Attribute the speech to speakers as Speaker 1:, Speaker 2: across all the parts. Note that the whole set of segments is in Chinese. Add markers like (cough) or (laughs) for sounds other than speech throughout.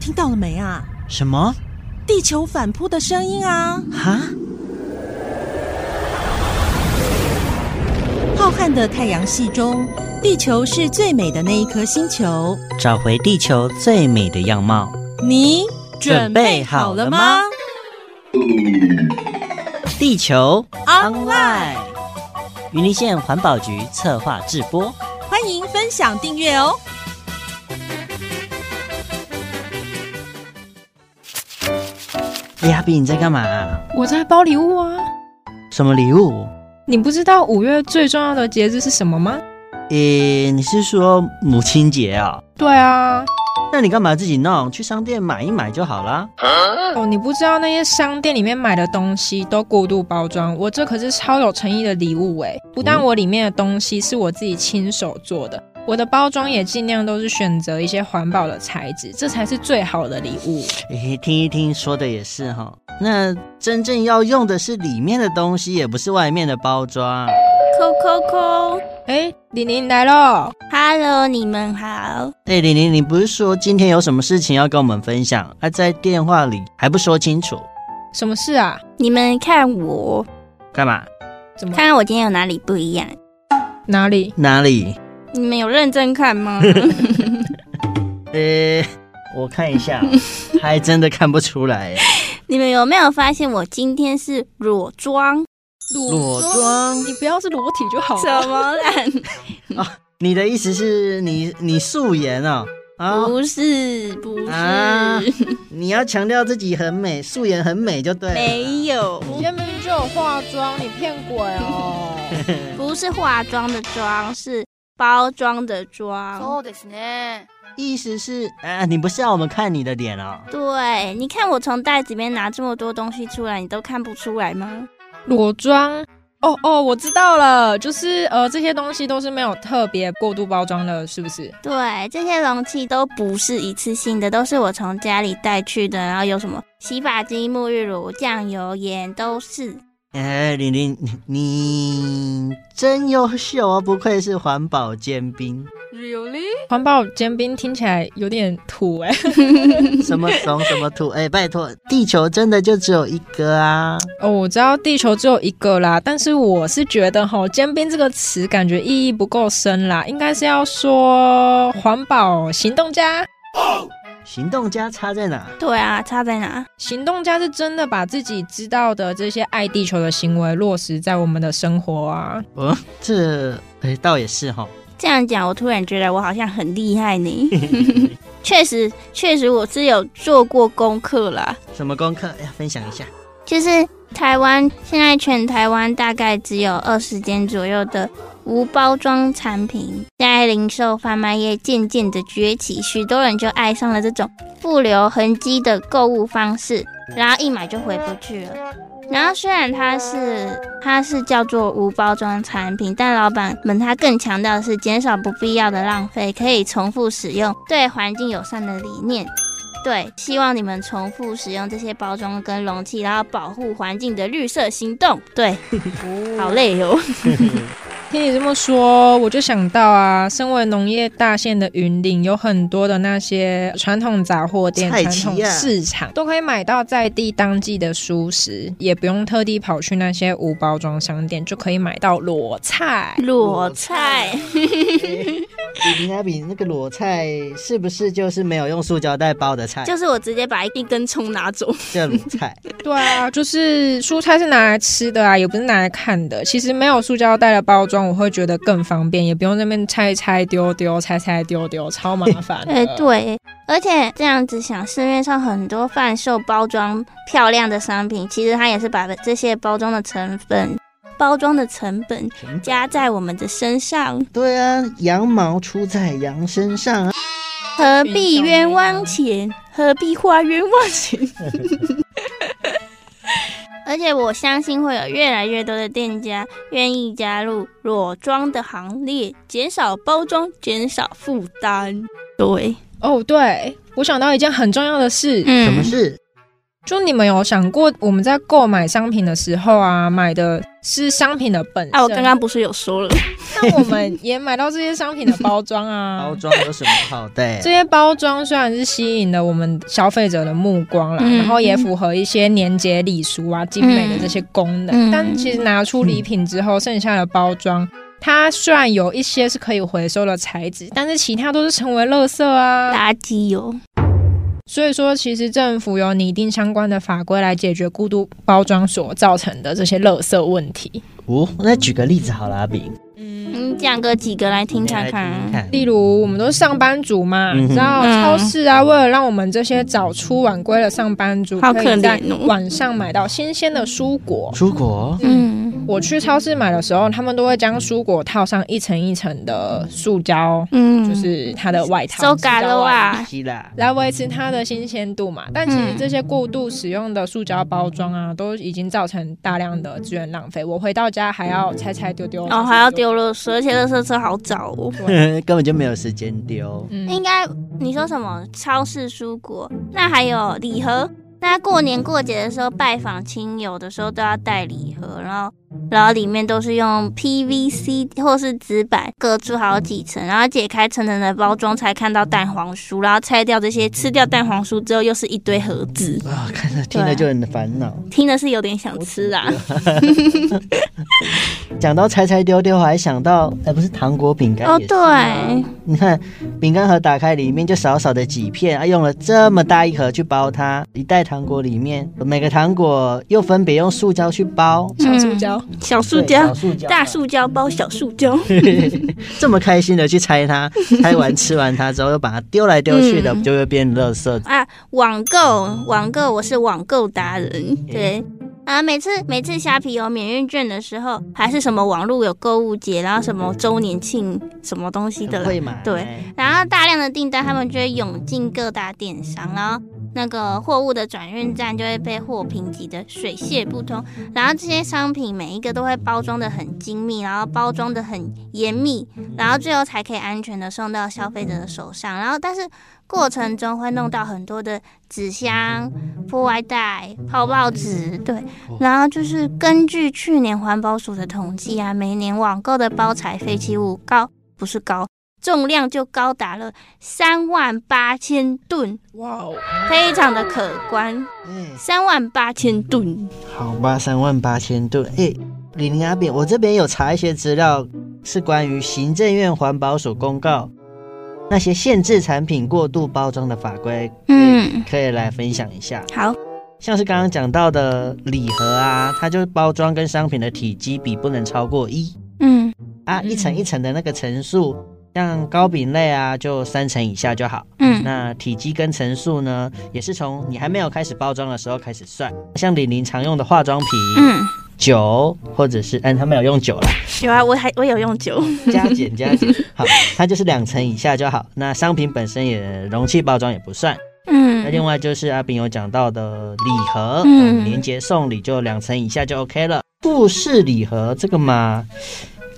Speaker 1: 听到了没啊？
Speaker 2: 什么？
Speaker 1: 地球反扑的声音啊！
Speaker 2: 哈？
Speaker 1: 浩瀚的太阳系中，地球是最美的那一颗星球。
Speaker 2: 找回地球最美的样貌。
Speaker 1: 你
Speaker 2: 准备好了吗地球
Speaker 1: Online
Speaker 2: 云林县环保局策划制播。
Speaker 1: 欢迎分享订阅哦！
Speaker 2: 哎，阿比，你在干嘛、
Speaker 3: 我在包礼物啊！
Speaker 2: 什么礼物？
Speaker 3: 你不知道五月最重要的节日是什么吗？
Speaker 2: 诶，你是说母亲节啊？
Speaker 3: 对啊，
Speaker 2: 那你干嘛自己弄？去商店买一买就好啦。
Speaker 3: 哦，你不知道那些商店里面买的东西都过度包装，我这可是超有诚意的礼物诶，不但我里面的东西是我自己亲手做的，我的包装也尽量都是选择一些环保的材质，这才是最好的礼物。
Speaker 2: 诶，听一听，说的也是哈。那真正要用的是里面的东西，也不是外面的包装。
Speaker 4: 扣扣扣
Speaker 3: 哎，玲玲来喽！
Speaker 4: ，Hello，你们好。
Speaker 2: 哎，玲玲，你不是说今天有什么事情要跟我们分享？啊，在电话里还不说清楚，
Speaker 3: 什么事啊？
Speaker 4: 你们看我，
Speaker 2: 干嘛？
Speaker 3: 怎么
Speaker 4: 看看我今天有哪里不一样？
Speaker 3: 哪里？
Speaker 2: 哪里？
Speaker 4: 你们有认真看 (laughs) 吗？
Speaker 2: 呃，我看一
Speaker 4: (laughs)
Speaker 2: 下，还真的看不出来耶。
Speaker 4: 你们有没有发现我今天是裸妆？
Speaker 2: 裸妆？
Speaker 3: 你不要是裸体就好了。
Speaker 4: 怎么 (laughs) 啦？
Speaker 2: 你的意思是你你素颜哦？啊、
Speaker 4: 不是，不是，
Speaker 2: 啊，你要强调自己很美，素颜很美就对了。
Speaker 4: 没有，
Speaker 3: 你今天明明就有化妆，你骗鬼哦！
Speaker 4: 不是化妆的妆，是包装的装。
Speaker 5: そうですね。
Speaker 2: 意思是，啊，你不是要我们看你的脸哦？
Speaker 4: 对，你看我从袋子里面拿这么多东西出来，你都看不出来吗？
Speaker 3: 裸妆。哦哦，我知道了，就是呃，这些东西都是没有特别过度包装的，是不是？
Speaker 4: 对，这些容器都不是一次性的，都是我从家里带去的。然后有什么洗发精、沐浴乳、酱油、盐都是。
Speaker 2: 哎，玲玲，你你真优秀哦，不愧是环保尖兵，
Speaker 3: 环保煎饼听起来有点土哎、
Speaker 2: 什么怂什么土，哎，拜托，地球真的就只有一个啊！
Speaker 3: (laughs) 哦，我知道地球只有一个啦，但是我是觉得吼，煎饼这个词感觉意义不够深啦，应该是要说环保行动家。
Speaker 2: 行动家差在哪？
Speaker 4: 对啊，差在哪？
Speaker 3: 行动家是真的把自己知道的这些爱地球的行为落实在我们的生活啊。
Speaker 2: 哦，这哎、倒也是哈、
Speaker 4: 这样讲，我突然觉得我好像很厉害呢。 (laughs) 确实，确实我是有做过功课啦。
Speaker 2: 什么功课要分享一下？
Speaker 4: 就是台湾现在全台湾大概只有二十间左右的无包装产品，在零售贩卖业渐渐的崛起，许多人就爱上了这种不留痕迹的购物方式，然后一买就回不去了。然后虽然它是它是叫做无包装产品，但老板们他更强调的是减少不必要的浪费，可以重复使用，对环境友善的理念。对，希望你们重复使用这些包装跟容器，然后保护环境的绿色行动。对，好累 (laughs) 哦。
Speaker 3: 听你这么说，我就想到啊，身为农业大县的云林，有很多的那些传统杂货店、
Speaker 2: 菜
Speaker 3: 传
Speaker 2: 奇啊
Speaker 3: 统市场，都可以买到在地当季的蔬食，也不用特地跑去那些无包装商店，就可以买到裸菜。 (laughs)
Speaker 4: 裸菜，
Speaker 2: 比哎比那比那个裸菜是不是就是没有用塑胶袋包的菜？
Speaker 4: 就是我直接把一根葱拿 (laughs) 走。
Speaker 2: 叫裸菜。
Speaker 3: 对啊，就是蔬菜是拿来吃的啊，也不是拿来看的。其实没有塑胶袋的包装，我会觉得更方便，也不用那边拆拆丢丢、拆拆丢丢，超麻烦的。
Speaker 4: (laughs) 哎、对，而且这样子想，市面上很多贩售包装漂亮的商品，其实它也是把这些包装的成本、包装的成本加在我们的身上，
Speaker 2: 对啊，羊毛出在羊身上啊！
Speaker 4: 何必冤枉钱？何必花冤枉钱？ (laughs) 而且我相信会有越来越多的店家愿意加入裸装的行列，减少包装，减少负担。对，
Speaker 3: 哦，对，我想到一件很重要的事，
Speaker 2: 什么
Speaker 4: 嗯，
Speaker 2: 事？
Speaker 3: 就你们有想过，我们在购买商品的时候啊，买的是商品的本身，
Speaker 4: 啊，我刚刚不是有说了，
Speaker 3: 但我们也买到这些商品的包装啊
Speaker 2: (laughs) 包。装有什么好的？
Speaker 3: 这些包装虽然是吸引了我们消费者的目光啦，
Speaker 4: 嗯
Speaker 3: 然后也符合一些年节礼俗啊、精美的这些功能，
Speaker 4: 嗯
Speaker 3: 但其实拿出礼品之后，剩下的包装。它虽然有一些是可以回收的材质，但是其他都是成为垃圾啊。
Speaker 4: 垃圾哦油。
Speaker 3: 所以说，其实政府有拟定相关的法规来解决过度包装所造成的这些垃圾问题。
Speaker 2: 哦，那举个例子好了，阿炳，
Speaker 3: 嗯，
Speaker 4: 你讲个几个来听
Speaker 2: 你来
Speaker 4: 看看。
Speaker 2: 看
Speaker 3: 例如我们都是上班族嘛，
Speaker 2: 嗯哼
Speaker 3: 你知道
Speaker 4: 嗯
Speaker 3: 超市啊，为了让我们这些早出晚归的上班族，
Speaker 4: 好可
Speaker 3: 以在
Speaker 4: 怜哦
Speaker 3: 晚上买到新鲜的蔬果。
Speaker 2: 出国，
Speaker 4: 嗯
Speaker 3: 我去超市买的时候，他们都会将蔬果套上一层一层的塑胶，
Speaker 4: 嗯，
Speaker 3: 就是它的外套，
Speaker 4: 收嘎了
Speaker 3: 啊。
Speaker 4: 哇，
Speaker 2: 希腊，
Speaker 3: 来维持它的新鲜度嘛。但其实
Speaker 4: 嗯
Speaker 3: 这些过度使用的塑胶包装啊，都已经造成大量的资源浪费。我回到家还要拆拆丢丢，
Speaker 4: 哦还要。丢垃圾，而且垃圾车好早哦。
Speaker 2: (laughs) 根本就没有时间丢。
Speaker 3: 嗯，
Speaker 4: 应该你说什么？超市蔬果，那还有礼盒。那过年过节的时候拜访亲友的时候都要带礼盒，然后然后里面都是用 PVC 或是纸板隔出好几层，然后解开层层的包装才看到蛋黄酥，然后拆掉这些，吃掉蛋黄酥之后又是一堆盒子，
Speaker 2: 啊，看着听了就很烦恼。
Speaker 4: 听的是有点想吃啊。
Speaker 2: 讲到拆拆丢丢，我还想到，哎、不是糖果饼干
Speaker 4: 哦，
Speaker 2: 也是
Speaker 4: 对
Speaker 2: 吗，你看 (laughs) 饼干盒打开，里面就少少的几片，啊，用了这么大一盒去包它，一袋糖果里面每个糖果又分别用塑胶去包，
Speaker 3: 小塑胶，
Speaker 4: 小塑
Speaker 2: 对
Speaker 4: 胶
Speaker 2: 小、塑胶、
Speaker 4: 大塑 (laughs) 胶包小塑胶，
Speaker 2: (laughs) 这么开心的去拆它，拆完吃完它之后，又把它丢来丢去的，
Speaker 4: 嗯
Speaker 2: 就会变垃圾。
Speaker 4: 啊，网购，网购，我是网购达人，对。啊，每次每次虾皮有免运券的时候，还是什么网络有购物节，然后什么周年庆什么东西的啦，
Speaker 2: 会买，
Speaker 4: 对然后大量的订单，他们就会涌进各大电商，然后那个货物的转运站就会被货品挤得水泄不通。然后这些商品每一个都会包装的很精密，然后包装的很严密，然后最后才可以安全的送到消费者的手上。然后但是过程中会弄到很多的纸箱、破外袋、泡泡纸，对。然后就是根据去年环保署的统计啊，每年网购的包材废弃物高不是高。重量就高达了三万八千吨，
Speaker 3: 哇哦，
Speaker 4: 非常的可观。
Speaker 2: 嗯
Speaker 4: 三万八千吨，
Speaker 2: 好吧，三万八千吨。哎、李玲阿扁，我这边有查一些资料，是关于行政院环保署公告那些限制产品过度包装的法规，
Speaker 4: 嗯，
Speaker 2: 可以来分享一下。
Speaker 4: 好，
Speaker 2: 像是刚刚讲到的礼盒啊，它就包装跟商品的体积比不能超过一
Speaker 4: 嗯
Speaker 2: 啊，一层一层的那个层数，像糕饼类啊，就三层以下就好。
Speaker 4: 嗯
Speaker 2: 那体积跟层数呢，也是从你还没有开始包装的时候开始算。像李玲常用的化妆品，
Speaker 4: 嗯，
Speaker 2: 酒，或者是嗯，他没有用酒啦，
Speaker 4: 有啊，我还我有用酒，
Speaker 2: 加减加减，好，它就是两层以下就好。那商品本身也容器包装也不算。那
Speaker 4: 嗯
Speaker 2: 另外就是阿炳有讲到的礼盒，嗯，
Speaker 4: 嗯
Speaker 2: 年节送礼就两层以下就 OK 了。复式礼盒这个嘛，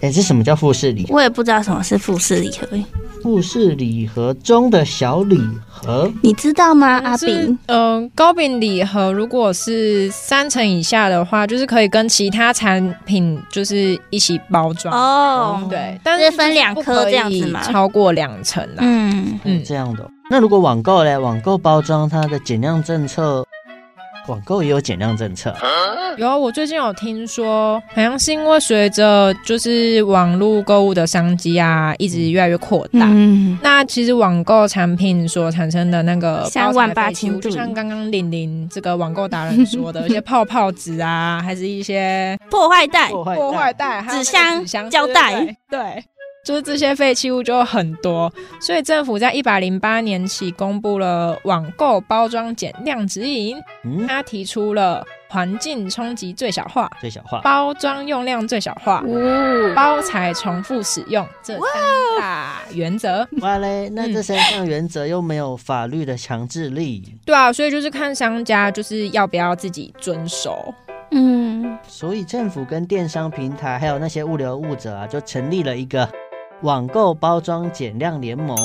Speaker 2: 哎，这什么叫复式礼？
Speaker 4: 我也不知道什么是富士礼盒，
Speaker 2: 复式礼盒中的小礼盒，
Speaker 4: 你知道吗，阿
Speaker 3: 是
Speaker 4: 炳？，
Speaker 3: 嗯、糕饼礼盒如果是三层以下的话，就是可以跟其他产品就是一起包装。
Speaker 4: 哦，
Speaker 3: 对，但
Speaker 4: 就是是分两颗这样子嘛
Speaker 3: 不可以超过两层啦。
Speaker 4: 嗯，
Speaker 2: 嗯，
Speaker 3: 嗯
Speaker 2: 这样的哦。那如果网购嘞，网购包装它的减量政策，网购也有减量政策，
Speaker 4: (laughs)
Speaker 3: 有啊，我最近有听说，好像是因为随着就是网络购物的商机啊，一直越来越扩大。
Speaker 4: 嗯
Speaker 3: 那其实网购产品所产生的那个
Speaker 4: 三万八千
Speaker 3: 包材废弃物就
Speaker 4: 度
Speaker 3: 像刚刚玲玲这个网购达人说
Speaker 4: (laughs)
Speaker 3: 的，一些泡泡纸啊，还是一些
Speaker 4: 破坏袋，
Speaker 2: 破坏
Speaker 3: 破
Speaker 2: 袋
Speaker 3: 坏袋、还有那个
Speaker 4: 纸箱
Speaker 3: 纸箱
Speaker 4: 胶带
Speaker 3: 对对对对。就是这些废弃物就很多，所以政府在一百零八年起公布了网购包装减量指引，
Speaker 2: 嗯，
Speaker 3: 它提出了环境冲击最小化、
Speaker 2: 最小化。
Speaker 3: 包装用量最小化、
Speaker 4: 哦，
Speaker 3: 包材重复使用这三大原则。
Speaker 2: 哇嘞，那这三项原则又没有法律的强制力，
Speaker 3: 对啊，所以就是看商家就是要不要自己遵守。
Speaker 4: 嗯
Speaker 2: 所以政府跟电商平台还有那些物流业者啊，就成立了一个网购包装减量联盟，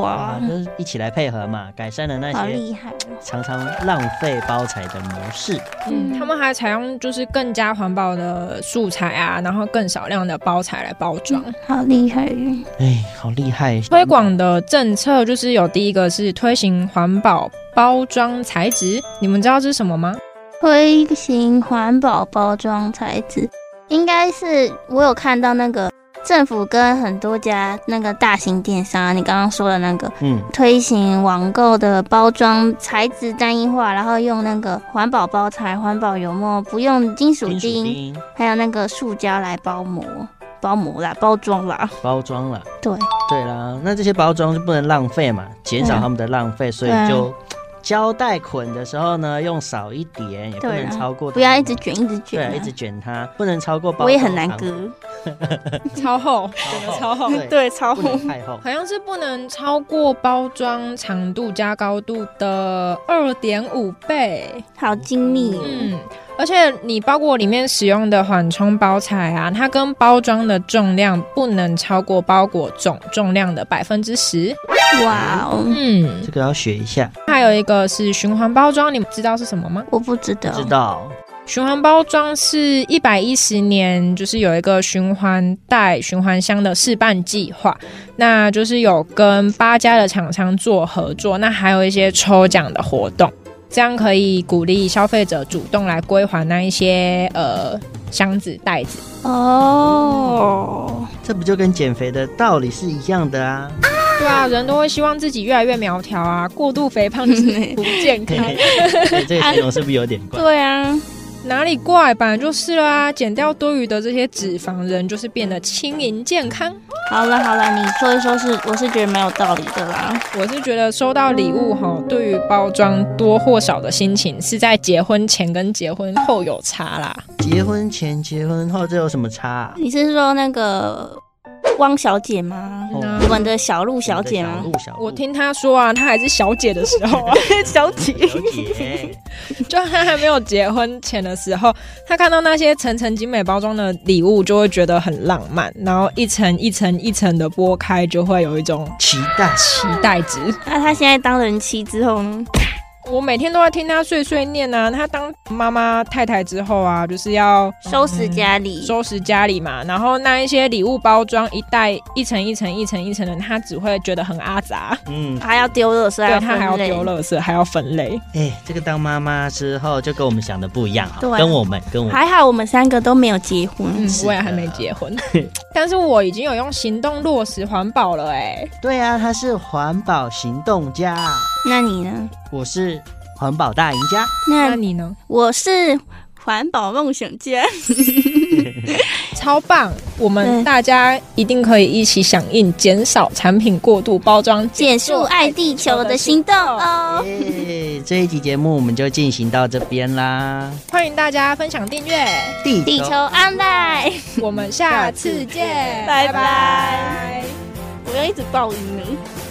Speaker 4: 哇
Speaker 2: 啊，，就是一起来配合嘛，改善了那
Speaker 4: 好
Speaker 2: 些
Speaker 4: 厉害哦！
Speaker 2: 常常浪费包材的模式。
Speaker 3: 嗯，他们还采用就是更加环保的素材啊，然后更少量的包材来包装。
Speaker 4: 好厉害哦！
Speaker 2: 哎，好厉害！
Speaker 3: 推广的政策就是有第一个是推行环保包装材质，你们知道这是什么吗？
Speaker 4: 推行环保包装材质，应该是我有看到那个政府跟很多家那个大型电商啊，你刚刚说的那个
Speaker 2: 嗯，
Speaker 4: 推行网购的包装材质单一化，然后用那个环保包材、环保油墨，不用金属
Speaker 2: 金属
Speaker 4: 钉，
Speaker 2: 钉
Speaker 4: 还有那个塑胶来包膜、包膜啦、包装啦。
Speaker 2: 包装了。
Speaker 4: 对，
Speaker 2: 对啦，那这些包装就不能浪费嘛，减少他们的浪费，所以就胶带捆的时候呢，用少一点，也不
Speaker 4: 对
Speaker 2: 能
Speaker 4: 啊
Speaker 2: 超过它们。
Speaker 4: 不要一直卷，一直
Speaker 2: 对
Speaker 4: 卷、
Speaker 2: 啊，
Speaker 4: 啊，
Speaker 2: 一直卷它，不能超过包。
Speaker 4: 我也很难，割。
Speaker 3: (laughs) 超厚，
Speaker 2: 真
Speaker 3: 超厚
Speaker 2: 对，
Speaker 4: (laughs) 对，超
Speaker 2: 不能太厚。
Speaker 3: 好像是不能超过包装长度加高度的二点五倍。
Speaker 4: 好精密哦。
Speaker 3: 嗯，而且你包裹里面使用的缓冲包材啊，它跟包装的重量不能超过包裹总重量的百分之十。
Speaker 4: 哇哦，
Speaker 3: 嗯，
Speaker 2: 这个要学一下，
Speaker 3: 还有一个是循环包装，你们知道是什么吗？
Speaker 4: 我不知道，
Speaker 2: 知道
Speaker 3: 循环包装是一百一十年，就是有一个循环袋、循环箱的示范计划，那就是有跟八家的厂商做合作，那还有一些抽奖的活动，这样可以鼓励消费者主动来归还那一些呃箱子、袋子。
Speaker 4: 哦，
Speaker 2: 这不就跟减肥的道理是一样的
Speaker 4: (laughs)
Speaker 2: 啊？
Speaker 3: 对啊，人都会希望自己越来越苗条啊，过度肥胖就是不
Speaker 2: (laughs)
Speaker 3: 健康。
Speaker 2: 对，这个形容是不是有点
Speaker 4: (laughs)
Speaker 2: 怪？
Speaker 4: 对啊，
Speaker 3: 哪里怪，本来就是啦、减掉多余的这些脂肪，人就是变得轻盈健康。
Speaker 4: 好了好了，你说一说是，我是觉得蛮有道理的啦。
Speaker 3: 我是觉得收到礼物哈，对于包装多或少的心情是在结婚前跟结婚后有差啦。
Speaker 2: 结婚前、结婚后，这有什么差啊？
Speaker 4: 你是说那个汪小姐吗？
Speaker 2: 哦
Speaker 3: 那
Speaker 4: 我们的小鹿小姐
Speaker 2: 小
Speaker 4: 吗？
Speaker 2: 鹿，小鹿，
Speaker 3: 我听她说啊，她还是小姐的时候啊， (laughs)
Speaker 4: 小姐
Speaker 2: 小
Speaker 4: (laughs)
Speaker 2: 姐，
Speaker 3: 就她还没有结婚前的时候，她看到那些层层精美包装的礼物，就会觉得很浪漫，然后一层一层一层的剥开，就会有一种
Speaker 2: 期待。
Speaker 3: 期待值。
Speaker 4: 那她现在当人妻之后呢？
Speaker 3: 我每天都在听她碎碎念啊，她当妈妈太太之后啊，就是要
Speaker 4: 收拾家里，
Speaker 3: 嗯收拾家里嘛，然后那一些礼物包装一袋一层一层一层一层的，他只会觉得很阿杂，
Speaker 2: 嗯，
Speaker 4: 还要丢垃圾，啊
Speaker 3: 对他
Speaker 4: 分
Speaker 3: 还要
Speaker 4: 类
Speaker 3: 丢，垃圾，还要分类。
Speaker 2: 哎、这个当妈妈之后就跟我们想的不一样哈，
Speaker 4: 对啊
Speaker 2: 跟我们跟我们
Speaker 4: 还好我们三个都没有结婚
Speaker 3: 嗯，
Speaker 2: 是，的
Speaker 3: 我也还没结婚， (laughs) 但是我已经有用行动落实环保了、哎，
Speaker 2: 对啊，她是环保行动家，
Speaker 4: 那你呢？
Speaker 2: 我是环保大赢家。
Speaker 3: 那
Speaker 4: 那
Speaker 3: 你呢？
Speaker 4: 我是环保梦想
Speaker 3: (laughs)
Speaker 4: 家，
Speaker 3: 超棒！我们
Speaker 4: 对
Speaker 3: 大家一定可以一起响应减少产品过度包装，
Speaker 4: 减速爱地球的行动哦。
Speaker 2: 耶这一集节目我们就进行到这边啦，
Speaker 3: 欢迎大家分享订阅，
Speaker 2: 地
Speaker 4: 地
Speaker 2: 球
Speaker 4: 球安奈，
Speaker 3: 我们下次见，
Speaker 4: 拜拜。我要一直爆音呢。